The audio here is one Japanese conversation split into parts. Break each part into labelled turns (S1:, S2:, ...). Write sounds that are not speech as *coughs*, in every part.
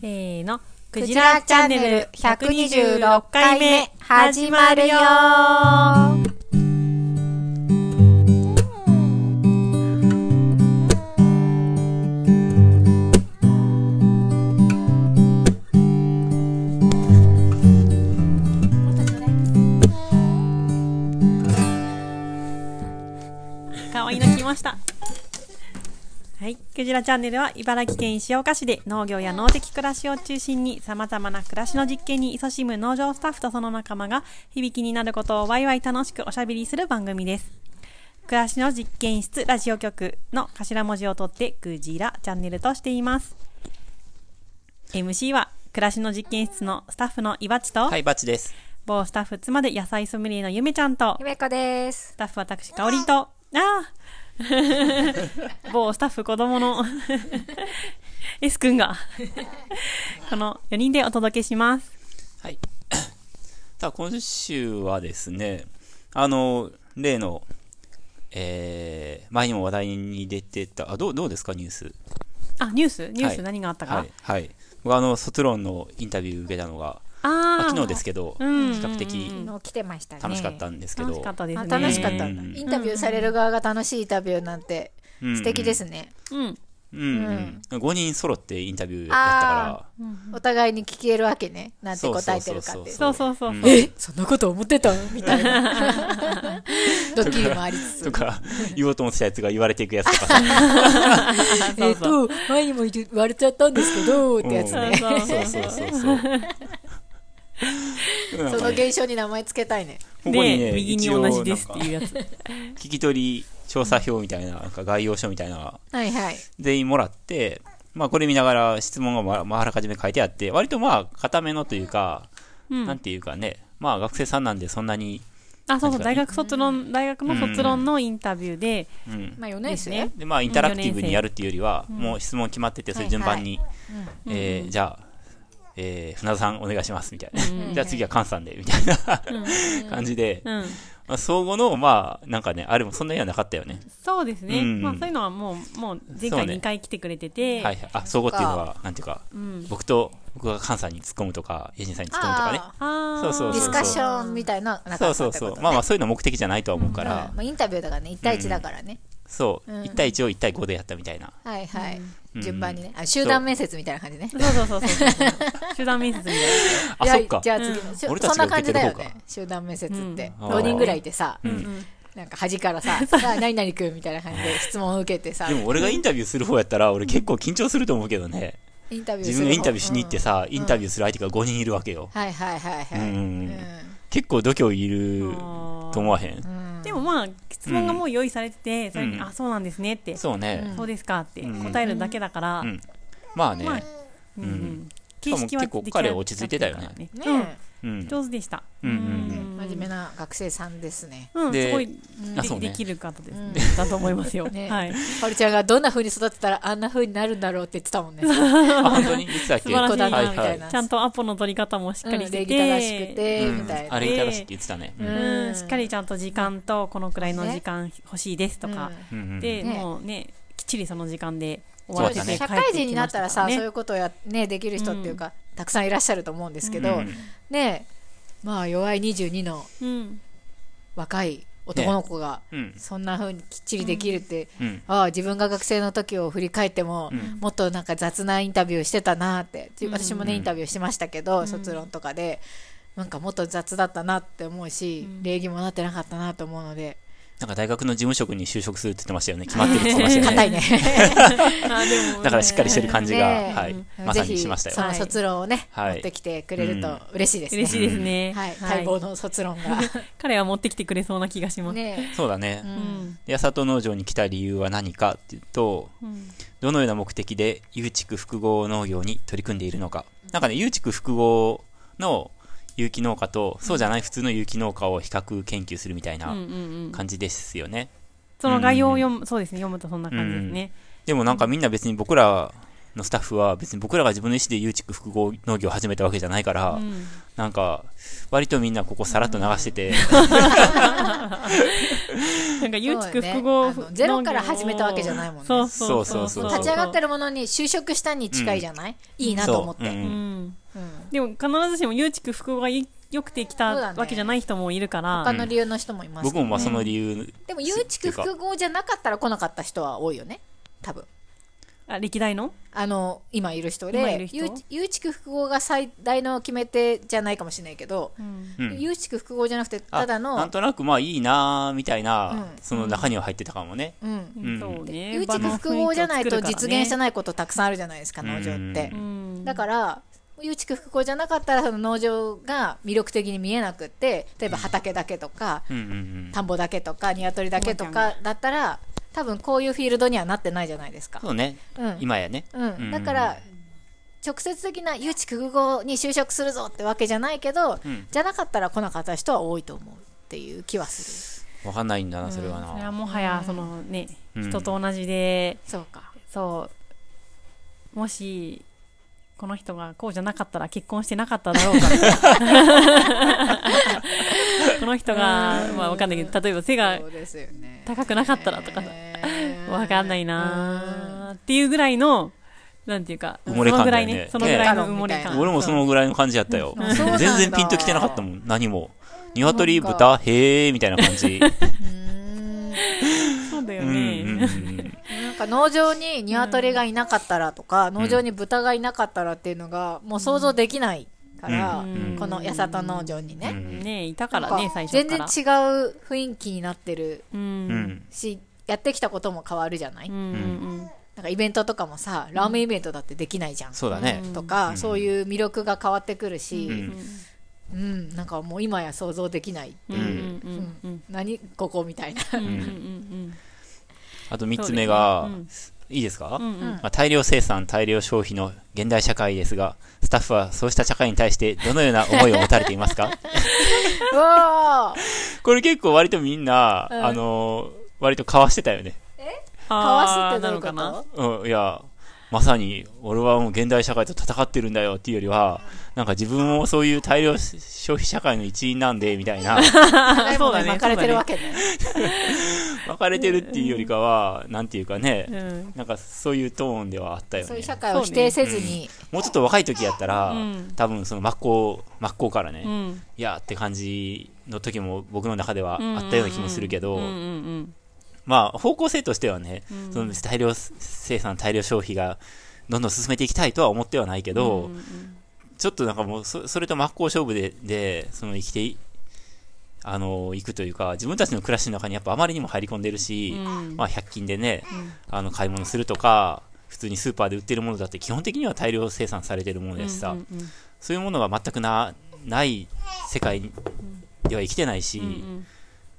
S1: せーの。ク
S2: ク
S1: ジ
S2: ジ
S1: ラ
S2: ラ
S1: チ
S2: チ
S1: ャ
S2: ャ
S1: ン
S2: ン
S1: ネ
S2: ネ
S1: ル
S2: ル
S1: 126
S2: 126
S1: 回
S2: 回
S1: 目
S2: 目
S1: 始
S2: 始
S1: ま
S2: ま
S1: る
S2: る
S1: よ
S2: よ
S1: かわいいの来ました。はい。クジラチャンネルは茨城県石岡市で農業や農的暮らしを中心に様々な暮らしの実験に勤しむ農場スタッフとその仲間が響きになることをワイワイ楽しくおしゃべりする番組です。暮らしの実験室ラジオ局の頭文字を取ってクジラチャンネルとしています。MC は暮らしの実験室のスタッフのいばちと、
S3: はい、バッチです。
S1: 某スタッフ妻で野菜ソムリエのゆめちゃんと
S2: ゆ、めこです
S1: スタッフ私、かおりんと、ああ某スタッフ子供の S 君が、この4人でお届けします。
S3: はい。 *coughs* さあ、今週はですね、あの、例の、えー、前にも話題に出てた、あ、どう、どうですか、ニュース。
S1: あ、ニュースニュー
S3: は
S1: ス
S3: い
S1: 何があったか、
S3: はい。はい。僕あの、卒論のインタビュー受けたのが、
S1: あ
S3: まあ
S1: あ、
S3: 昨日ですけど、比
S1: ん
S3: 較的
S2: 昨日来てましたね
S3: 楽しかったんですけど、
S1: 楽しかったです
S2: あ
S1: ね。
S2: 楽しかった
S3: うん
S2: インタビューされる側が楽しいインタビューなんて
S3: うん
S2: 素敵ですね
S1: うん。
S3: うん、うん5人揃ってインタビューやったか
S2: お互いに聞けるわけねなんて答えてるかっ
S3: そう
S2: て
S3: そう
S2: いう
S1: そうそうそう。
S3: うん
S2: えそんなこと思ってたみたい
S3: *laughs*
S2: なドッキリもありつ
S3: ら、
S2: つ
S3: とか、言おうと思ってたやつが言われていくやつとかさ、
S1: そうそう
S2: と前にも言われちゃったんですけどっ
S3: うん
S1: そう
S3: そうそうそう *laughs* そう。
S2: その現象に名前つけたいね
S3: ここに
S1: で、
S3: ね、
S1: 右に
S3: 一応
S1: 同じですっ
S3: な
S1: て
S3: んか
S1: いうやつ。
S3: 聞き取り調査票みたいな、なんか概要書みたいなのが
S2: はいはい
S3: 全員もらって、まあこれ見ながら質問がまあまああらかじめ書いてあって、割とまあ固めのというか、なんていうかね、まあ学生さんなんでそんなに、
S1: あ、そうそう、
S3: 確か
S1: 大
S3: に
S1: 学卒論、大学の卒論のインタビューで、
S3: うん。
S2: まあ4
S1: で
S2: 年
S1: す
S2: 生
S1: ね。
S3: で、まあインタラクティブにやるっていうよりは、もう質問決まってて、それ順番に、えーじゃあ、えー船田さんお願いします、みたいな。じゃあ次は菅さんで、みたいな *laughs* 感じで、
S1: うん。
S3: まあ、相互の、まあ、なんかね、あれもそんなにはなかったよね。
S1: そうですね。
S3: うん
S1: まあ、そういうのはもう、もう、前
S3: そ
S1: 回
S3: うね
S1: 2回来てくれてて、
S3: はいはい、あ、相互っていうのは、なんていうか、僕と、僕が菅さんに突っ込むとか、エジンさんに突っ込むとかね。
S2: あ
S1: あー
S3: そうそう
S2: ー
S3: そ
S2: デ
S3: う
S2: ィスカッションみたいなな
S3: そ
S2: か
S3: う
S2: った
S3: そ
S2: っ
S3: う
S2: て
S3: そ
S2: こ
S3: う。
S2: と
S3: まあまあ、そういうのは目的じゃないとは思うから、
S2: まあインタビューだからね1対1だからね
S3: そう、1対1を1対5でやったみたいな。
S2: はいはい
S3: ん
S2: 順番にねあ集団面接みたいな感じね
S1: そうそうそうそうそう。集団面接みたいな。
S3: あ、
S2: じゃ
S3: そっか
S2: じ。ゃあ次の、しょ
S3: 俺た
S2: そ
S3: ち
S2: ん
S3: が
S2: な
S3: 受
S2: 感
S3: けて
S2: じ
S3: る
S2: だ
S3: 方
S2: よ
S3: か
S2: ね集団面接って、
S3: うん
S2: 5人ぐらいいてさ、
S3: うん
S2: なんか端から
S3: *laughs*
S2: さ「さあ何々くん」みたいな感じで質問を受けてさ
S3: でも俺がインタビューする方やったら、俺結構緊張すると思うけどね。
S2: インタビューする
S3: 自分がインタビューしに行って
S2: うん
S3: さ、インタビューする相手が5人いるわけよ。
S2: はいはいはいはい、
S3: うん
S2: うん
S3: 結構度胸いる
S1: あー
S3: と思わへん。
S1: でもまあ、質問がもう用意されてて、それに、
S3: うん
S1: あ、そうなんですねって、そ
S3: そうね。
S1: うですかって
S3: うん
S1: 答えるだけだから、
S3: うん。まあ
S1: まあ
S3: ね。、
S1: うん
S3: う
S1: うん
S3: ん。
S1: 形式は
S3: しかも結構彼は落ち着いてたよね
S1: 出来上がってる
S2: ね
S3: うん
S1: からね。うん。。上手でした。
S3: うんうん
S2: え、真面目な学生さんですね
S1: うん、
S3: です
S1: ごい、
S3: あそう
S1: で
S3: ね
S1: できる方ですね。だと思いますよ。
S2: ね
S3: *laughs*
S1: はい。
S2: かおりちゃんがどんな風に育てたらあんな風になるんだろうって言ってたもんね
S3: あ、本当にいつだっ
S1: 素
S3: け
S1: 晴らしいな、
S3: はい
S2: み
S3: は
S2: たい
S3: い
S2: な。
S1: ちゃんとアポの取り方もしっかり
S2: うん
S1: してて、
S2: 礼儀正しくて、みたいな
S3: あれいたらしいって言ってたね。うん
S1: うん
S2: うん
S1: しっかりちゃんと時間とこのくらいの時間欲しいですとか、
S3: うんうん
S1: で、
S2: ね
S1: もうねきっちりその時間で終
S2: そ
S1: わ
S2: う
S1: って
S2: です
S1: て
S2: ね、
S3: ね
S2: 社会人になったらさ、
S1: 帰
S2: そうい
S1: っ
S2: うことをや、ね、できる人っていうか、たくさんいらっしゃると思うんですけど、
S3: うん
S2: ねまあ弱い22の
S1: てきましたねう
S2: *laughs*
S1: ん
S2: 若い男の子が、
S3: うん
S2: そんな風にきっちりできるって、
S3: うん
S2: ああ自分が学生の時を振り返っても、
S3: うん
S2: もっとなんか雑なインタビューしてたなってじ私もね、
S3: うん
S2: インタビューしてましたけど、卒論とかでなんかもっと雑だったなって思うし、礼儀もなってなかったなと思うので
S3: なんか大学の事務職に就職するって言ってましたよね。決まってるって言ってましたよね。
S2: *laughs* 硬いね
S1: あでも
S3: だからしっかりしてる感じが、
S2: ねえ
S3: はい
S2: うん、
S3: まさにしました
S2: ぜ
S3: よ。
S2: ひその卒論をね、
S3: はい
S2: 持ってきてくれると嬉しいですね、
S1: 嬉しいですね、
S2: はい、待望の卒論
S1: *laughs*
S2: が。
S1: 彼は持ってきてくれそうな気がします、
S2: ね
S3: *laughs* そう
S2: え、
S3: だ
S2: う
S3: ね。
S2: ん、
S3: 八里農場に来た理由は何かっていうと、どのような目的で有畜複合農業に取り組んでいるのか。なんかね、有畜複合の有機農家と、そうじゃない普通の有機農家を比較研究するみたいな
S1: うんうんうん、
S3: 感じですよね。
S1: その概要を読む、そうですね読むとそんな感じですね、
S3: でもなんかみんな別に僕らのスタッフは別に僕らが自分の意思で有畜複合農業を始めたわけじゃないから、
S1: うん
S3: なんか割とみんなここさらっと流してて、
S1: なんか誘
S2: そう
S1: 致
S2: ね
S1: 複合
S2: あのゼロから始めたわけじゃないもんね
S1: そうそうそう
S3: そうそうそう
S2: 立ち上がって
S1: る、
S2: るものに就職したに近いじゃない、いいなと思って、
S3: そう
S1: う
S3: うん
S1: ん、
S2: うん
S1: でも必ずしも誘致複合がい良くてき
S2: そう
S1: た
S2: だね
S1: わけじゃない人もいるから、
S2: 他の理由の人もいます、
S3: 僕もまあその理由
S2: でも誘
S3: ってい
S2: 致
S3: うか
S2: 複合じゃなかったら来なかった人は多いよね多分
S1: あ歴代の
S2: あの今いる人
S1: 今いる
S2: で
S1: 人
S2: 誘致複合が最大の決め手じゃないかもしれないけど
S1: うん
S3: うん
S2: 誘致、複合じゃなくて
S3: あ
S2: ただの
S3: なんとなくまあいいなーみたいな、
S2: うん
S3: その中には入ってたかもね、
S2: うん
S3: うん
S1: そうね
S2: 誘致複合じゃないと実現して
S1: ない、
S2: ないことたくさんあるじゃないですか農場って
S1: う、ん、
S2: だからら誘致複合じゃなかったらその農場が魅力的に見えなくって例えば畑だけとか、
S3: うんうんうん
S2: 田んぼだけとか鶏だけと
S1: そう
S2: かだったら多分こういうフィールドにはなってないじゃないですか
S3: そうね、
S2: うん
S3: 今やね、
S2: うん、だから直接的な誘致複合に就職するぞってわけじゃないけど、
S3: うん
S2: じゃなかったら来なかった人は多いと思うっていう気はす
S3: わかんないんだなそれはな、
S1: それはもはやそのね、
S3: うん
S1: 人と同じで
S2: るそうか
S1: そうもしこの人がこうじゃなかったら結婚してなかっただろうかこの人がまあわかんないけど例えば背が
S2: そうですよ *laughs* ね
S1: 高くなかったらとかさ
S2: ね
S1: わかんないなーっていうぐらいの、なんていうか、
S3: 埋もれ感
S1: そのぐらい
S3: だよね
S1: そのぐらいの埋もれ
S2: ね
S1: 感。
S3: 俺もそのぐらいの感じやったよ
S2: うんそうなんだ
S3: 全然ピンときてなかったもん何も鶏
S2: なん
S3: 豚
S2: か
S3: へえみたいな感じ
S2: うん
S1: そうだ
S3: う
S1: よ
S3: んうんうんう
S1: ね。
S3: ん
S2: なんか農場に鶏がいなかったらとか、農場に豚がいなかったらっていうのがもう想像できないから、
S1: うん
S2: この八里農場にね、
S1: ねえ、いたから
S2: な
S1: ね
S2: ん、か
S1: 最初
S2: 全
S1: か
S2: 然違う
S1: ら。
S2: 雰囲気になってる
S1: う。
S3: うんん
S2: しやってきたことも変わるじゃない、
S1: うん。うん。
S2: なんかイベントとかもさラーメンイベントだってできないじゃん、
S3: そうだね
S2: とか、
S3: うん
S2: そういう魅力が変わってくるし、
S3: う
S2: うん
S1: うん
S2: なんかもう今や想像できないって
S1: ん。う。
S2: いうん
S1: うん。うん。
S2: 何ここみたいな、
S1: うん。うん。
S3: あと3つ目が、
S1: うん
S3: いいですか、
S1: うん。うん。
S3: まあ、大量生産大量消費の現代社会ですがスタッフはそうした社会に対してどのような思いを持たれていま
S1: *laughs*
S3: すか
S2: *laughs* うわー
S3: これ結構割とみんな、
S2: うん
S3: あのー割とかわしてたよね、
S2: かわ
S1: あー
S2: すってどういうこ
S1: なのかな
S2: と
S3: うん、いやまさに俺はもう現代社会と戦ってるんだよっていうよりはなんか自分もそういう大量消費社会の一員なんでみた
S1: *laughs*
S3: いな
S2: 高いものに巻かれてるわけね
S3: 分かれてるっていうよりかはなんていうかね、
S1: うん。
S3: なんかそういうトーンではあったよ
S2: そうい
S3: ね
S2: う社会を否定せずに、
S3: もうちょっと若い時やったら、
S1: うん
S3: 多分その真っ向真っ向からね、
S1: うん。
S3: いやーって感じの時も僕の中ではあったような気もするけど、
S1: うん。うん。
S3: まあ方向性としてはね、
S1: うん
S3: その大量生産大量消費がどんどん進めていきたいとは思ってはないけど、
S1: うん。
S3: ちょっとなんかもうそそれと真っ向勝負ででその生きていあのーいくというか自分たちの暮らしの中にやっぱあまりにも入り込んでるし、
S1: うん
S3: まあ、100均でね、あの買い物するとか普通にスーパーで売ってるものだって基本的には大量生産されてるものだしさ、
S1: うん。うん
S3: そういうものが全くなない世界では生きてないし、
S1: うん。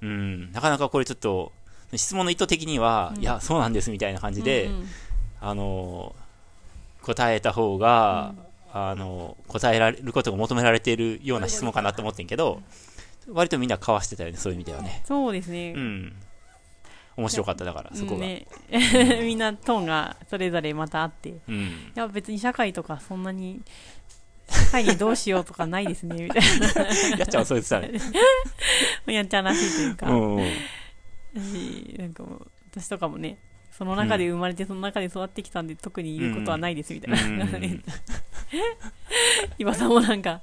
S3: うんなかなかこれちょっと質問の意図的には、いやそうなんですみたいな感じで、
S1: うん
S3: あの答えた方が、あの答えられることが求められているような質問かなと思ってんけど、割とみんなかわしてたよねそういう意味ではね
S1: そうですね
S3: う。ん面白かっただからそこ
S1: うん
S3: が、
S1: ね *laughs* みんなトーンがそれぞれまたあってい
S3: うん *laughs*
S1: や別に社会とかそんなに社会にどうしようとかないですねみたい
S3: やっちゃんはそう言ってた *laughs* ね
S1: な *laughs* やっちゃうらしいという
S3: う
S1: か、
S3: んうん
S1: 私なんかもう私とかもねその中で生まれてその中で育ってきたんで、特に言うことはないですみたいな、
S3: うん
S1: *laughs* 岩さんもなんか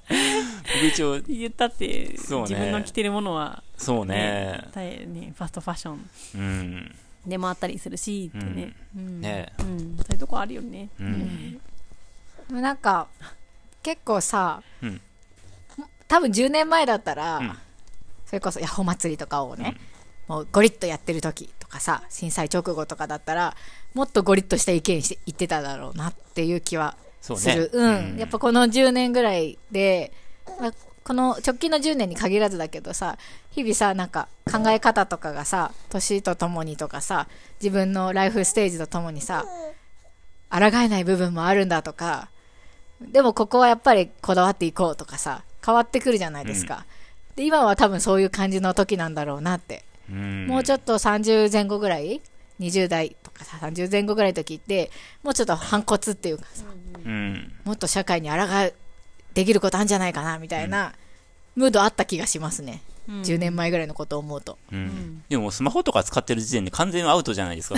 S3: 僕一応
S1: 言ったって、
S3: そうね
S1: 自分の着てるものは、
S3: そうね
S1: ね大変ねファストファッション
S3: うん
S1: でもあったりするしってね,、うん
S3: ね
S1: うん、そういうとこあるよね、
S3: う
S2: うんんでもなんか結構さ、
S3: うん
S2: 多分10年前だったら、
S3: うん
S2: それこそヤホー祭りとかをね、もうゴリッとやってる時とかさ震災直後とかだったらもっとゴリッとした意見して言ってただろうなっていう気は
S3: そうね
S2: するう、んやっぱこの10年ぐらいで、まあこの直近の10年に限らずだけどさ日々さなんか考え方とかがさ年とともにとかさ自分のライフステージとともにさ抗えない部分もあるんだとかでもここはやっぱりこだわっていこうとかさ変わってくるじゃないですか、で今は多分そういう感じの時なんだろうなって、
S3: うん
S2: もうちょっと30前後ぐらい20代とかさ30前後ぐらいの時ってもうちょっと反骨っていうかさ
S3: うん。
S2: もっと社会に抗うできることあるんじゃないかなみたいな、ムードあった気がしますね、
S1: うん
S2: 10年前ぐらいのことを思うと
S3: うん、でもスマホとか使ってる時点で完全アウトじゃな
S1: *laughs*
S3: いですか。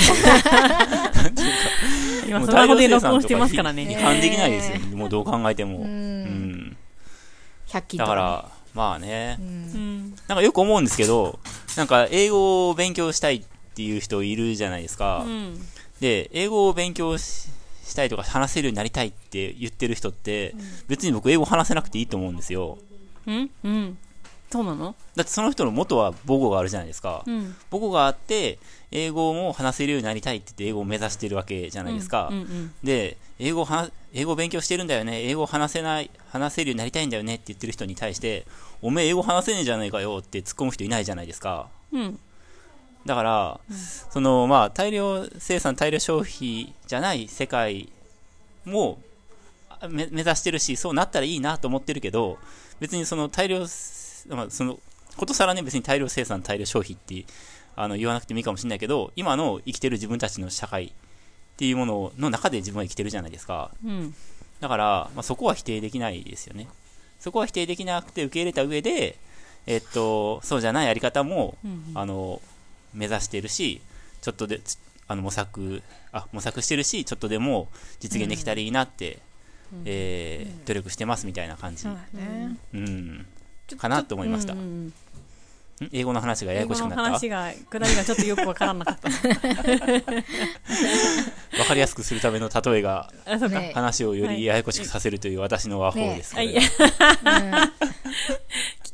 S1: 今
S3: もう
S1: スマホで
S3: 大量生
S1: 録
S3: 産
S1: 音
S3: と
S1: し
S3: か
S1: てますからね
S3: 違反できないですよ、ね、もうどう考えても。
S2: うん
S3: うん
S2: 100均
S3: だ
S2: とか
S3: か
S2: ね、
S3: ら、まあね、
S1: うん
S3: なんかよく思うんですけど、なんか英語を勉強したいっていう人いるじゃないですか。
S1: うん
S3: で、英語を勉強ししたいとか話せるようになりたいって言ってる人って、別に僕英語話せなくていいと思うんですよ。
S1: うんうんそうなの
S3: だってその人の元は母語があるじゃないですか。
S1: うん
S3: 母語があって、英語も話せるようになりたいって言って英語を目指してるわけじゃないですか。
S1: うんうん
S3: で、英語を話、英語を勉強してるんだよね。英語を話せない、話せるようになりたいんだよねって言ってる人に対して、おめえ英語話せねえじゃないかよって突っ込む人いないじゃないですか。
S1: うん
S3: だから、そのまあ大量生産大量消費じゃない世界もあめ目指してるしそうなったらいいなと思ってるけど別にその大量、まあ、そのことさらね別に大量生産大量消費ってあの言わなくてもいいかもしれないけど今の生きてる自分たちの社会っていうものの中で自分は生きてるじゃないですか
S1: うん
S3: だから、まあ、そこは否定できないですよねそこは否定できなくて受け入れた上でえっとそうじゃないやり方も
S1: うん
S3: あの目指してるしちょっとでつあの模索あ模索してるしちょっとでも実現できたらいいなって、えー努力してますみたいな感じ、うん
S1: ね
S3: かなと思いました、
S1: うんうん
S3: ん英語の話が
S1: 英
S3: ややこ
S1: 語
S3: しく
S1: の
S3: なった
S1: 話がくだりがちょっとよくわからなかった
S3: *laughs* わかりやすくするための例えが
S1: あそうか
S2: ね
S3: 話をよ
S1: はい
S3: りややこしくさせるという私の和法です、
S1: はい
S3: これが
S1: *laughs*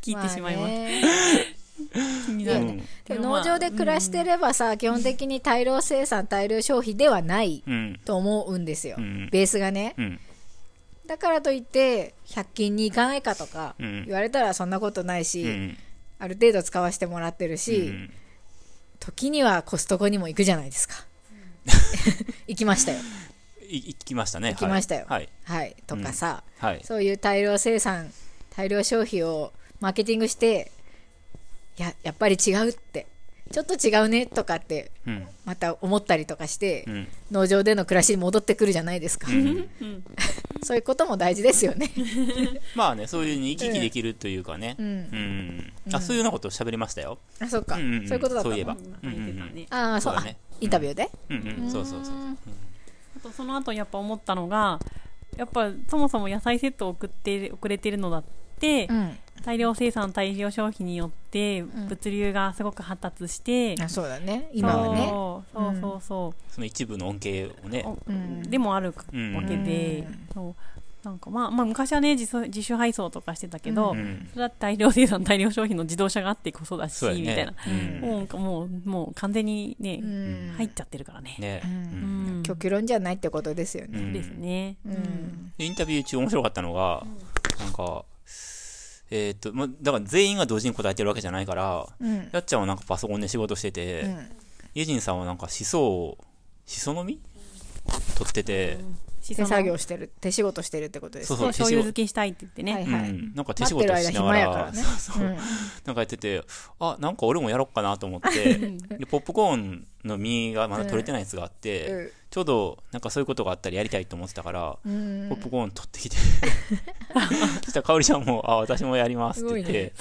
S1: 聞いてしまいます
S2: ね
S1: 気に
S2: ま
S1: な
S2: あ
S1: る
S2: ねでも
S1: まあ
S2: 農場で暮らしてればさ、基本的に大量生産大量消費ではない
S3: うん
S2: と思うんですよ、
S3: うん
S2: ベースがね
S3: うん
S2: だからといって100均に行かないかとか
S3: うん
S2: 言われたらそんなことないし、
S3: うん
S2: ある程度使わせてもらってる
S3: う
S2: し、
S3: ん
S2: 時にはコストコにも行くじゃないですか *laughs* 行きましたよ
S3: い行きましたね行
S2: きましたよ
S3: はい
S2: はいとかさ、
S3: はい、はい
S2: そういう大量生産大量消費をマーケティングしていややっぱり違うってちょっと違うねとかって
S3: うん
S2: また思ったりとかして、
S3: うん
S2: 農場での暮らしに戻ってくるじゃないですか、
S1: うん
S2: そういうことも大事ですよね
S3: まあねそういうふうに行き来できるというかね、
S2: うん
S3: うんあそういうようなことを喋りましたよ
S2: あそうか、
S3: うんうんうん
S2: そういうことだったの
S3: そういえば
S1: 今入ってたね
S2: ああそう
S3: そ
S2: あ
S3: うだね
S2: インタビューで、
S3: うんうんそうそうそう
S1: あとその後やっぱ思ったのがやっぱそもそも野菜セットを送って送れてるのだって、
S2: うん
S1: 大量生産大量消費によって
S2: ん
S1: 物流がすごく発達して、
S2: あそうだね今はね
S1: そうそうそうそ
S3: その一部の恩恵をね
S1: う、お
S2: うん
S1: でもあるか
S3: うん
S1: わけで、
S2: うん
S1: そうなんかまあ、まあ、昔はね自走自主配送とかしてたけど、
S2: う
S3: うん
S1: それは大量生産大量消費の自動車があってこそだし、
S3: そうや
S1: みたい
S3: ね
S1: な、も
S3: う
S1: うんなんかもうもう完全にね、
S2: うん
S1: 入っちゃってるからね
S3: ね、
S2: う
S3: うんん
S1: うん
S2: 極論じゃないってことですよ
S3: う
S2: ね
S3: ん
S1: ですね、
S2: うん、
S3: でインタビュー中面白かったのが、なんかえーっとま、だから全員が同時に答えてるわけじゃないから、
S2: うん
S3: やっちゃんはなんかパソコンで仕事してて、
S2: うん
S3: ユジンさんはなんかしそをしその実取ってて、
S1: し
S2: 手
S1: その
S2: 作業してる手仕事してるってことです
S3: そう
S1: そう
S3: そう
S1: 醤
S3: 手仕
S1: 油
S3: 事
S1: 漬けしたいって言ってね、
S2: はい
S3: うんなんか手仕事しながら
S2: 待ってる間暇やからね
S3: そうそう
S2: うん
S3: なんかやっててあなんか俺もやろっかなと思ってでポップコーンの実がまだ取れてないやつがあって、
S2: うん
S3: ちょうどなんかそういうことがあったらやりたいと思ってたから、
S2: うん
S3: ポップコーン取って
S2: *laughs*
S3: きてそしたらかおりちゃんも「あ私もやります」って言って、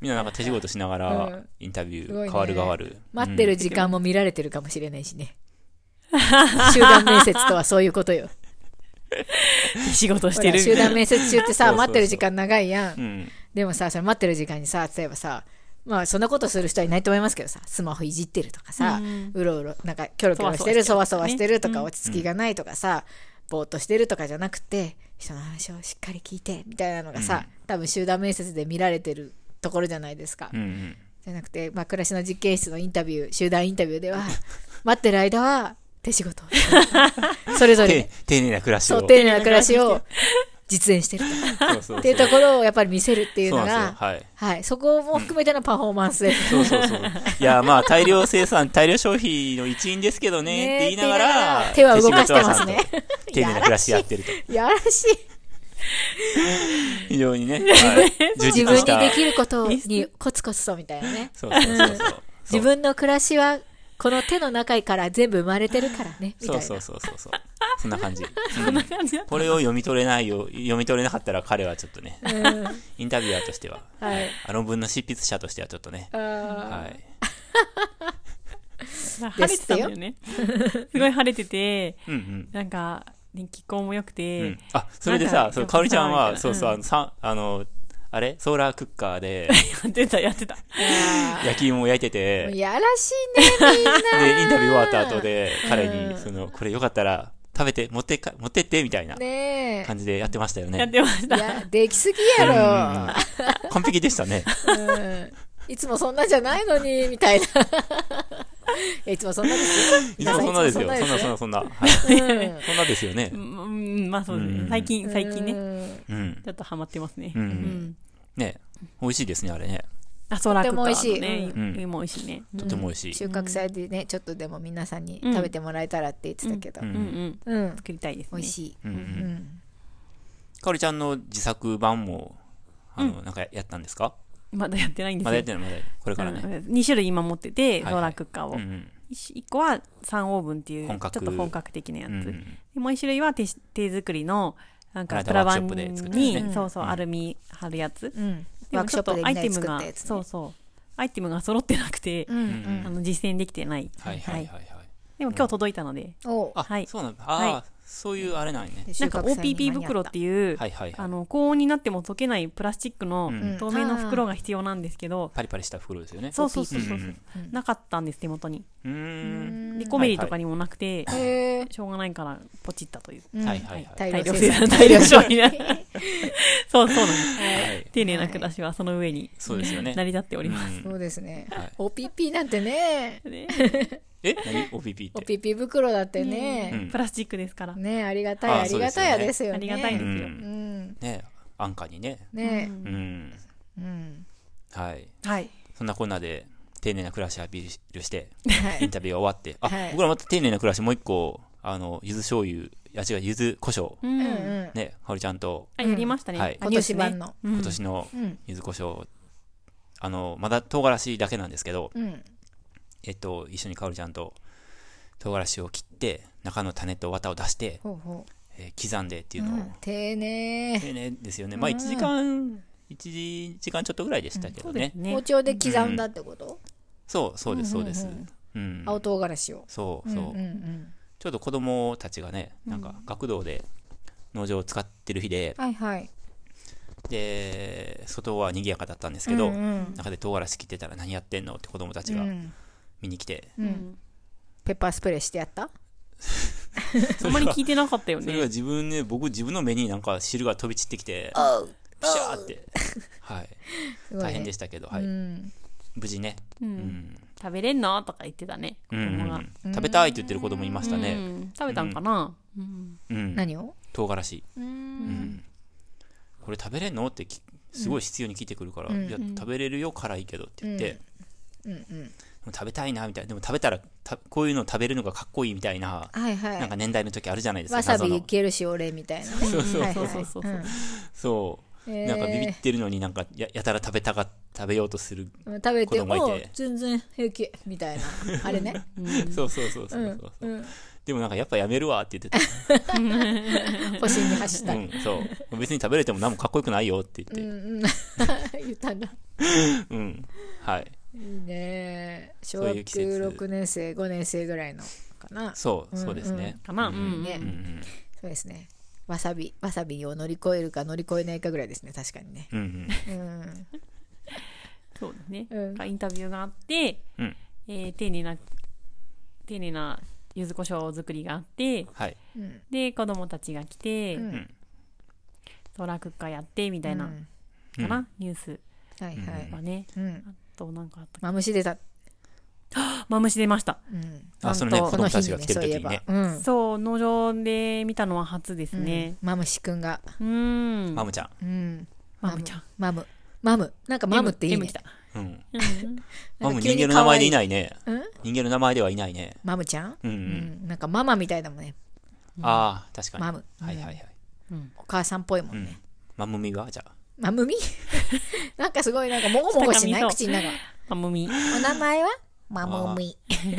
S3: みんななんか手仕事しなが
S2: う
S3: ら
S2: ん
S3: インタビュ
S2: すごいね
S3: ー変わる変わる
S2: 待ってる時間も見られてるかもしれないし
S3: *laughs*
S2: ね集団面接とはそういうことよ
S1: *laughs* 仕事
S2: ほ
S1: して
S2: ら
S1: る
S2: 集団面接中って
S3: そうそう
S2: さ
S3: そう
S2: 待ってる時間長いや
S3: うんん
S2: でもさそれ待ってる時間にさ例えばさまあそんなことする人はいないと思いますけどさスマホいじってるとかさ
S1: うん
S2: うろうろなんかキョロキョロしてるそ
S1: そ
S2: わ
S1: わ
S2: そ
S1: そ
S2: わ
S1: わ
S2: し
S1: してて
S2: る
S1: る
S2: と
S1: とかね
S2: か落ち着きがないとかさぼーっとしてるとかじゃなくて人の話をしっかり聞いてみたいなのがさ多分集団面接で見られてるところじゃないですか
S3: うんうん
S2: じゃなくて、まあ、暮らしの実験室のインタビュー集団インタビューで
S3: *laughs*
S2: は待ってる間は手仕事をしてるそれぞ
S3: て
S2: れ
S3: 丁寧な暮らしを
S2: そう丁寧な暮らしを実演してる
S3: そうそうそう
S2: っていうところをやっぱり見せるっていう
S3: そう
S2: の
S3: なんですよ
S2: が
S3: はい
S2: はい、そこも含めてのパフォーマンスです
S3: そうそ
S2: *laughs*
S3: うそう。いや、まあ、大量生産、大量消費の一員ですけど
S2: ね
S3: ね、って言いながら、
S2: って言いながら手は動かしてますね
S3: 手仕事はちゃんと丁寧な暮らしやってると。
S2: い *laughs* やらしい
S3: 非常にね、はい充
S2: 自
S3: 実
S2: 分
S3: した
S2: にで。きることにコツコツとみたいなね
S3: そうそうそうそう。
S2: 自分の暮らしはこの手の中から全部生まれてるからねみたい
S3: そう
S2: な
S3: そうそうそうそうそんな感じ、うん
S1: こんな感じだった
S3: これを読み取れないよ読み取れなかったら彼はちょっとね
S2: うん
S3: インタビュアーとしては、
S2: はい
S3: あ論文の執筆者としてはちょっとね、
S2: あ
S3: はい、
S1: 晴れてたんだよね。
S3: *laughs*
S1: すごい晴れてて、
S3: うんうん
S1: なんか、ね気候も良く
S3: う
S1: て
S3: ん、、あそれで
S1: なん
S3: さ
S1: か
S3: そうかおりちゃん
S1: う
S3: は
S1: ん
S3: そうそうあのさあのあれソーラークッカーで
S1: やってた、やってた。
S2: ー
S3: 焼き芋を焼いて
S2: *laughs* *laughs* もう
S3: て
S2: やらしいねみんな
S3: でインタビュー終わった後で彼に、
S2: うん
S3: そのこれよかったら食べて持ってか持ってってみたいな
S2: ねえ
S3: 感じでやってましたよね
S1: やってまし
S2: い
S1: た。
S2: やできすぎ
S3: うんうんうん
S2: や
S3: 完璧でしたね
S2: ろ、うん、いつもそんなじゃないのにみたいな *laughs* いやいつもそんなですよ
S3: いつもそんなですよそ
S2: 皆
S3: ん
S2: さ
S3: ない
S2: つ
S3: そん
S2: も
S3: なそんな、はい
S2: そんなですよ
S3: そんなですよね
S1: うん、うんまあそうです
S3: うん
S1: ね。最近、最近ね。
S2: ね
S3: うん
S1: ちょっとハマってますね。
S3: うん
S1: うん
S3: ね美味しいですねあれね
S1: あ、そう、楽
S2: とても美味しい
S1: ね。
S3: うん
S1: うんも美味しいね。
S3: とても美味しい、
S2: 収穫祭でねちょっとでも皆さんに食べてもらえたらって言ってたけど
S3: う
S2: うんん、
S1: うんうん。
S2: うん
S1: 作りたいですね。
S2: 美味しい、
S3: うんう
S2: うんん、
S3: かおりちゃんの自作版も、あの、なんかやったんですか
S1: まだやってないんですよ。
S3: まだやってない、まだやってないこれからね。
S1: 2種類今持ってて、
S3: いはい
S1: ソーラークッカー
S3: う
S1: を
S3: んう。ん
S1: 1個は3オーブンっていう、ちょ
S3: 本
S1: っと
S3: 格
S1: 本格的なや
S3: う
S1: つ。
S3: んう
S1: で
S3: ん。
S1: もう1種類は手し手作りの、なん
S3: こ
S1: か
S3: の間
S1: プラ
S3: ワー
S1: 板
S3: クショップで作ったやつね
S1: に、そうそう、
S3: うん
S1: アルミ貼るやつ。
S2: うん、
S1: で
S2: ワー
S1: も
S2: ク
S1: ち
S2: シ
S1: ょ
S2: ョッ
S1: っと
S2: プで
S1: ア
S2: み
S1: イ
S2: んな
S1: テ
S2: で
S1: ム
S2: 作っ
S1: が
S2: たやつ、ね、
S1: そうそうアイテムが揃ってなくて、
S2: うんう
S1: あ
S2: ん、
S1: の実践できてない、
S3: はいはいはいはい。
S1: でも今日届いたので、
S2: お
S3: あ、
S1: はい
S3: そうなんだ。ああ、そういうあれなんやね。
S1: なんか OPP 袋っていう、
S3: はいはいは
S1: あ
S3: い。
S1: の高温になっても溶けないプラスチックの
S3: うん
S1: 透明の袋が必要なんですけど、
S3: パリパリした袋ですよね。
S1: そうそうそうそう、
S3: OPP
S2: うん
S1: なかったんです手元に、
S3: うーん。
S1: でコメリとかにもなくて、
S2: へえ
S1: しょうがないからポチったという、
S2: うん
S3: はいはいはい。
S2: 大
S1: 大
S2: 量
S1: 量
S2: 生
S1: 生
S2: 産
S1: 産
S2: 大
S1: 大
S2: 量
S1: 量消
S2: 消費
S1: 費
S2: な
S1: な *laughs* そうそうなんです
S3: はい。
S1: 丁寧な暮らしはその上に
S3: そうですよね。
S1: 成り立っております、
S3: う
S2: そ
S3: ん
S2: うですね、
S3: はい
S2: OPP なんてね
S1: ね
S3: え何 ?OPP って。
S2: OPP 袋だって
S3: う
S2: ね、
S3: ん
S1: プラスチックですから、
S2: ねありがたい
S3: あ
S2: ありがたいやですよね
S1: ありがたいで
S3: う。
S1: すよ、
S2: うんん
S3: ね安価にね。
S2: ね
S3: うん。
S2: うん、
S3: はい。
S1: はい
S3: そんなこんなで、丁寧な暮らしアピールして、
S2: は
S3: イ
S2: い
S3: ンタビューが終わって、あ、
S2: はい
S3: 僕らまた丁寧な暮らし、もう一個、あの、ゆず醤油、あ、違う、ゆず胡椒、
S1: う、
S2: うんんうん
S3: ね、かおりちゃんと、
S1: あやりましたね、
S3: はい
S2: 今年版の、
S1: 今
S3: 今年の
S2: うん
S3: ゆず胡椒、あの、まだ唐辛子だけなんですけど、
S2: うん
S3: えっと、一緒にかおりちゃんと、唐辛子を切って、中の種と綿を出して、
S2: ほうほう
S3: えー刻んでっていうのを、
S2: 丁寧
S3: 丁寧ですよね。まあ、
S2: うん
S3: 1時間、1時間ちょっとぐらいでしたけ
S1: そ
S3: ど
S1: うで
S3: ね
S1: す。ね
S2: 包丁で刻んだってこと、
S3: そう、そうです、そうです
S2: うんうん。
S3: うん。
S2: 青唐辛子を
S3: そう、そう。
S2: んうん
S3: ちょうど子供たちがね、なんか学童で農場を使ってる日で、
S2: はいはい
S3: で、外は賑やかだったんですけど、
S2: うんうん
S3: 中で唐辛子切ってたら何やってんのって子供たちが
S2: うん
S3: 見に来て、
S2: う、
S1: うんん
S2: ペッパースプレーしてやった
S1: あんまり聞いてなかったよ
S3: それが
S1: ね
S3: 自分ね、僕自分の目になんか汁が飛び散ってきて、
S2: お
S3: プシャーって、
S2: *laughs*
S3: はい、
S2: すごいね
S3: 大変でしたけど、は
S2: う
S3: い、
S2: ん
S3: 無事ね、
S1: う
S3: うんん、
S1: 食べれんのとか言ってたね
S3: う
S1: 子
S3: ん
S1: 供が、
S3: うん食べたいって言ってる子供いましたね、
S1: うん食べたんかな、うん
S3: うん、
S2: 何を
S3: 唐辛子、
S2: う
S3: うんん、これ食べれんのってきすごい必要に聞いてくるから、
S2: うん
S3: いや
S1: うん
S3: 食べれるよ辛いけどって言って、
S2: うんうんうん
S3: でも食べたいなみたいなでも食べたらたこういうの食べるのがかっこいいみたいな
S2: はいはい
S3: なんか年代の時あるじゃないですか
S2: わさ
S3: 謎
S2: びい
S3: の
S2: けるし俺みたいなね
S3: そうそう
S2: はい
S1: そう
S2: はい
S1: そうそうそう
S3: そう、
S2: えー
S3: なんかビビってるのになんかややたら食べたが食べようとする、
S2: 食べて
S3: 子供が
S2: も
S3: いて
S2: 全然平気み
S3: *laughs*
S2: たいなあれね
S3: そうそうそう
S2: う
S3: そうそ
S2: ん
S3: うそう、
S2: うん
S3: でもなんかやっぱやめるわって言って
S2: 星に走った
S3: た、うん、そう別に食べれても何もかっこよくないよって
S2: う
S3: 言って
S2: んうん *laughs* 言ったんだ
S3: うん、はい
S2: いいね小
S3: そう
S2: 学
S3: いう季節
S2: 6年生5年生ぐらいのかな
S3: そうそうですね、
S1: かな、うん
S2: ね
S3: うんうん
S2: そうですねわさびわさびを乗り越えるか乗り越えないかぐらいですね確かにね
S3: うんうん
S2: うん
S1: そうですね、
S2: うん
S1: インタビューがあって、
S3: うん
S1: えー丁寧な丁寧な柚子胡椒作りがあって
S3: はい、
S2: うん
S1: で子供たちが来て、
S2: うん
S3: うん
S1: ソーラークッカーやってみたいな、
S2: うん
S1: かな、ニュース
S2: はいはい
S1: はね、
S2: うん
S1: あとなんかあったっ
S2: マムシ出た
S1: けマムシ出ました、
S2: うん
S3: あそれね
S1: なんと
S3: 子
S2: この
S3: 供
S2: 日
S3: たちが
S2: に
S3: 来
S2: ねそ
S3: てる
S2: ういえ
S3: 時に
S2: ば
S3: ね
S2: うん
S1: そう農場で見たのは初ですね
S2: うんマムシくんが
S1: うーん
S3: マムちゃん
S2: うん
S1: マムちゃん
S2: マムマムなんかマムっていい
S1: M, M 来
S2: ね
S1: た、
S3: うん
S1: うん
S2: な
S3: マ
S2: んか
S3: ム人
S2: 急に
S3: 間の名前でいないね。
S2: 可愛いうん
S3: 人間の名前ではいないね。
S2: マムちゃん
S3: うんう。
S2: うんんなんかママみたいだもんね
S3: ああ、確かに。
S2: マム
S3: はいはいはい。
S2: お母さんっぽいも
S3: うんん
S2: ね。
S3: マムミはじゃあ。
S2: マ *laughs* ムミなんかすごいなんかもごもごしな
S1: 下噛み
S2: い
S1: そう
S2: 口の中
S1: マムミ
S2: お名前はマムミ。
S3: み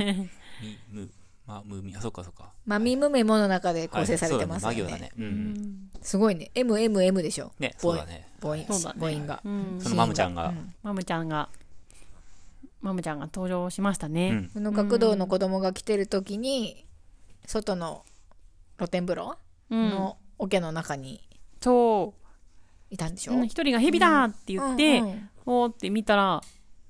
S3: むまむみあそっかそっか
S2: マミムメモの中で構成されてますよ
S3: はい
S2: ね。
S3: そうだね魔行だねうんう
S1: うんん
S2: すごいね。MMM でしょ。
S3: ねそうだね
S2: 母音、
S1: そうだね
S2: 母音が。
S1: うん
S3: そのマムちゃんが
S2: うん
S1: マムちゃんがマムちゃんが登場しました
S3: う
S1: ね、
S3: ん
S2: その学童の子供が来てる時に、外の露天風呂
S1: うん
S2: の桶の中に
S1: そ
S2: いたんでし
S1: う
S2: ょ
S1: うん一人が「ヘビだ!」って言って、
S2: うんうん
S1: おーって見たら「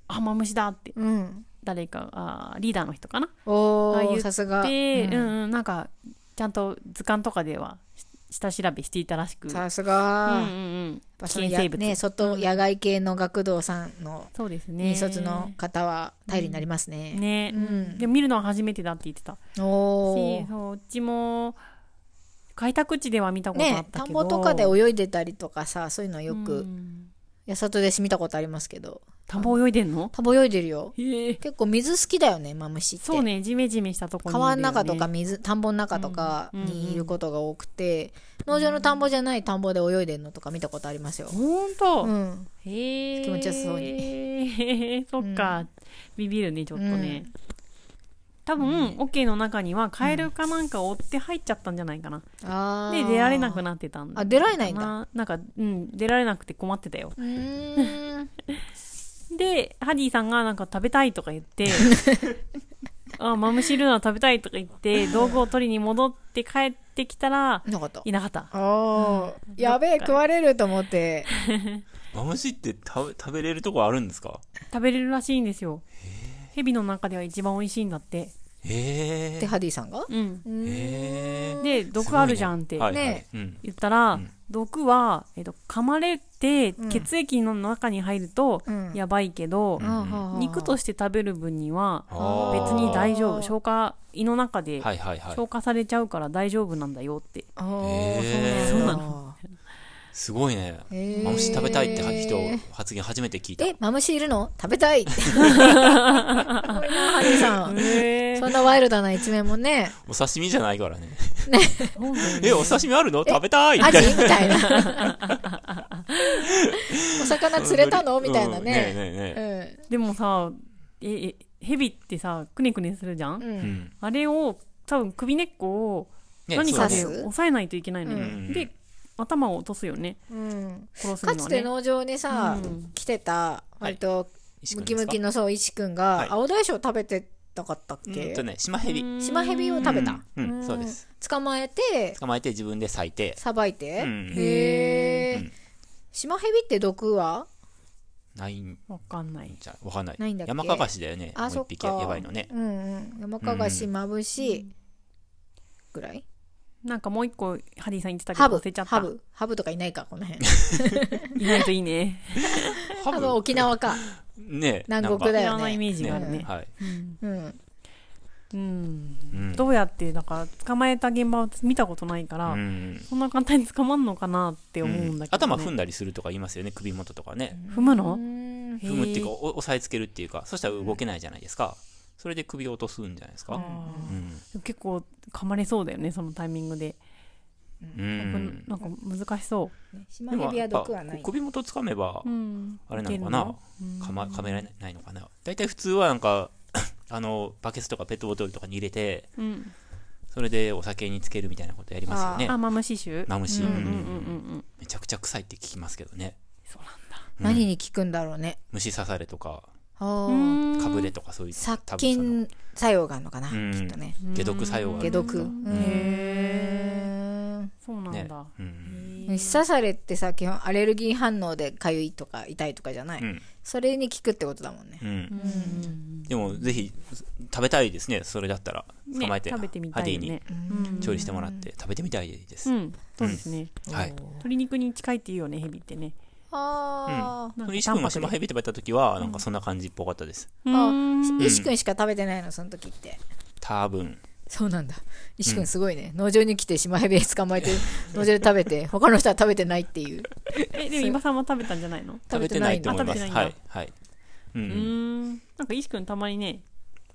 S1: あマムシだ!」って
S2: うん。
S1: 誰かあーリーダーの人かな
S2: お
S1: あ言っ
S2: ー、
S1: て
S2: さすが。
S1: で、うん、
S2: うん
S1: うんなんかちゃんと図鑑とかではし下調べしていたらしく
S2: さす
S1: うんうん
S2: が。
S1: うん
S2: やっぱ
S1: 危
S2: そ
S1: 険
S2: のや
S1: 生物、
S2: ね、外、野外系の学童さんの
S1: そうですね
S2: 引率の方は頼りになりますね。
S1: ね、
S2: うん
S1: でも見るのは初めてだって言ってた
S2: お
S1: し
S2: ー。
S1: そううちも開拓地では見たことあっ
S2: ね、
S1: た
S2: 田
S1: け
S2: ん
S1: ど、
S2: ぼとかで泳いでたりとかさ、そういうのよ
S1: う
S2: く、
S1: ん
S2: 八里でし見たことありますけど。
S1: 田んぼ泳いでんの
S2: 田んぼ泳いでるよ。
S1: へえ
S2: 結構水好きだよね、マムシって。
S1: そうねジメジメしたとこにいるよ
S2: 川
S1: ね、
S2: の中とか水、田んぼの中とかにいることが多くて、農場の田んぼじゃない田んぼで泳いでるのとか見たことありますよ。
S1: ほんと、
S2: うん。
S1: へえ
S2: 気持ちよさそうに
S1: にそっか、ビビるねちょっとね、多
S2: う
S1: 分オッケーの中にはカエルかなんかを追って入っちゃったんじゃないかな、
S2: あ
S1: で出られなく
S2: な
S1: なってたんだ
S2: あ出られないんだ
S1: ななんかうん出られなくて困ってたよ
S2: うーん。
S1: でハディさんがなんか食べたいとか言って
S3: *laughs*
S1: あマムシいるなら食べたいとか言って道具を取りに戻って帰ってきたら
S2: なかった。
S1: いなかった
S2: ああ、やべえ、食われると思って。
S3: マムシって食べ食べれるとこあるんですか
S1: 食べれるらしいんですよヘビの中では一番美味しいんだって
S3: へ
S2: で、
S3: え
S2: ハディさんが
S1: うん
S2: うーん
S3: へー
S1: で毒あるじゃんって
S3: はいはい
S2: ね
S3: うん
S1: 言ったら、
S3: うん
S1: 毒は、えっと、噛まれて
S2: うん
S1: 血液の中に入ると
S2: うん
S1: やばいけど、
S3: うん
S1: 肉として食べる分には
S3: あー
S1: 別に大丈
S2: あ
S1: 夫
S2: ー
S1: 消化胃の中で
S3: はいはいはい
S1: 消化されちゃうから大丈夫なんだよって、
S2: あ
S3: へ
S2: ー
S3: ー
S2: そうなんだ。
S3: すごいね
S2: へー
S3: マムシ食べたいって人発言初めて聞いた
S2: え、マムシいるの食べたいって。すごいな、ハディさん。そんなワイルドな一面もね、
S3: お刺身じゃないからね
S1: そうだよね
S3: えお刺身あるの食べたいみ
S2: アジ
S3: たいな
S2: みたいな。 *laughs* お魚釣れたのみたいな
S3: うん
S2: ね。
S3: ねえね
S2: う
S3: えね
S2: ん。
S1: でもさええヘビってさくねくねするじゃん、
S2: う
S3: え
S2: ん。
S3: ん
S1: あれを多分首根っこを
S3: ね
S1: 何
S3: そ
S1: か
S3: うだね
S1: で押さえないといけないのよ、
S2: うん
S1: で頭を落とすよね
S2: うん。
S1: 殺す
S2: か
S1: に
S2: つ
S1: は
S2: て
S1: ね
S2: 農場にさ
S1: うん、
S2: 来てた、割と
S3: 石
S2: ム
S3: 君
S2: キ
S3: です
S2: ム
S3: か
S2: キのそう、石くん
S3: はい
S2: が、青大将食べてなかったっ
S3: うん
S2: け
S3: とねシマヘビ
S1: うん
S2: シマヘビを食べた。
S3: うん
S2: ん
S3: そうです
S2: 捕まえて、
S3: 捕まえて自分で裂いて
S2: さばいて。
S3: うん
S2: へ
S3: う
S2: え
S3: ん。
S2: シマヘビって毒は
S3: ないん
S1: わかんない
S3: じゃわかんない
S2: ないんだっけ
S3: 山かがしだよね
S2: あ、
S3: も
S2: そうっ
S3: 一匹
S2: か。
S3: やばいのね
S2: うんうん。山かがし、
S3: う
S2: まぶし、ぐらい
S1: なんかもう一個ハディさん言ってたけ
S2: ハ
S1: ど
S2: ブ
S1: 忘れちゃった
S2: ハブ。ハブとかいないか、この辺。
S1: いないといいね
S3: ハ
S2: ハブは沖縄か。
S3: ねえ
S2: 南国
S3: なんか
S2: だ
S1: いろ
S2: よね
S1: んなイメージがあるね
S2: ね
S3: はい
S1: うん
S2: うん。
S1: うん
S3: うん
S1: どうやってだから捕まえた現場を見たことないから、
S3: うん
S1: そんな簡単に捕まんのかなって思うんだけど、ね
S3: 頭踏んだりするとか言いますよね首元とかね
S1: 踏むの、
S2: うん
S3: 踏むっていうか
S1: へー
S3: お押さえつけるっていうかそしたら動けないじゃないですかそれで首を落とすんじゃないですか
S1: あ
S3: う
S1: ー
S3: ん
S1: でも結構噛まれそうだよねそのタイミングで、
S3: う
S1: うん
S3: ん
S1: なんか難しそ
S2: シ
S3: で
S2: マヘ
S3: も
S2: ビ
S3: や
S2: は
S3: っぱ
S2: 毒はない。
S3: 首元つかめば
S1: う、うん、
S3: あれなの
S1: い
S3: かな
S1: けるの
S3: かま噛められないのかな大体普通はなんか *coughs* あのバケツとかペットボトルとかに入れて
S1: うん、
S3: それでお酒につけるみたいなことやりますよね
S1: あマムシ臭
S3: マムシ、
S1: うんうん
S3: う
S1: うん
S3: ん
S1: うんうん
S3: めちゃくちゃ臭いって聞きますけどね
S1: そう
S2: 何に効くんだろうね。
S3: 虫刺されとか
S2: あー
S1: なんだ
S3: かぶれ
S1: て
S3: とかそういう
S2: 殺
S3: 多分その
S2: 菌作用があるのかな、き
S3: うん
S2: っとね。
S3: 解毒作用があ
S2: 解
S3: る
S2: 毒。
S1: うん
S2: へー
S1: そうなんだ、
S3: ねうん
S1: へー
S2: 刺されってさ、基本アレルギー反応で痒いとか痛いとかじゃない。
S3: うん
S2: それに効くってことだもんね
S3: う。ん
S1: うんうん
S3: でもぜひ食べたいですねそれだったら
S1: うん
S3: 捕まえて,、
S1: ね、食べてみ
S3: ハ
S1: た
S3: デ
S1: い
S3: ィ
S1: よ
S3: に
S1: ね、うん
S3: 調理してもらって食べてみたいです、
S1: うん、そうですね、
S3: はい
S1: 鶏肉に近いっていうよねヘビってね
S2: あー
S1: なんか
S3: 石君がシマ
S1: 淡
S3: ヘビ食べた時はなんかそんな感じっぽかったです、
S1: 白で
S2: あ
S1: うーん
S2: 石くんしか食べてないの、その時って。
S3: 多分
S2: そうなんだ。石くんすごいね。農場に来てシマヘビ捕
S3: *laughs*
S2: まえて、農場で食べて、他の人は食べてないっていう。
S1: えでも今さんも食べたんじゃないの
S3: 食べてないと思いま
S1: あ
S3: す
S1: 食べて
S3: は
S1: ない
S3: いはいうん
S1: うーんなんか石くんたまにね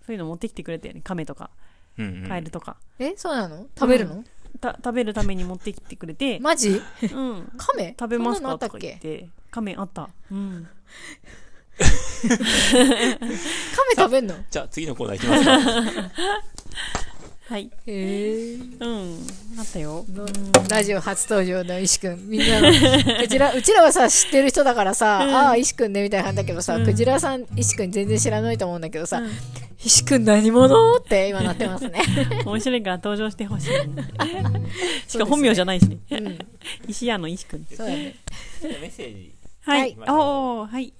S1: そういうの持ってきてくれたよね亀とか
S3: うんうんうん
S1: カエルとか、
S2: え、そうなの食べるの、
S1: た食べるために持ってきてくれて、
S2: マジ
S1: うん
S2: カメ
S1: 食べます
S2: そんなのあ
S1: か
S2: った
S1: と
S2: っ
S1: か言っ
S2: け
S1: て亀あったうん
S2: 亀食べんの
S3: じゃあ次のコーナーいきま
S1: *laughs*
S3: すか。
S1: はい。
S2: へえ
S1: うん。あったよ。
S2: ラジオ初登場の石くんみんなク
S1: *laughs*
S2: ジラうちらはさ知ってる人だからさ、ああ石くんねみたいな感じだけどさ、クジラさん石くん全然知らないと思うんだけどさ、
S1: うん
S2: 石くん何者って今なってますね、
S1: 面白いから登場してほ
S2: *laughs*
S1: しいね。 *laughs* しかも本名じゃないしね。
S2: うん、
S1: 石屋の石くん。
S2: そうだね
S3: メッセージ。
S1: は
S2: はいい。
S1: おー、はい。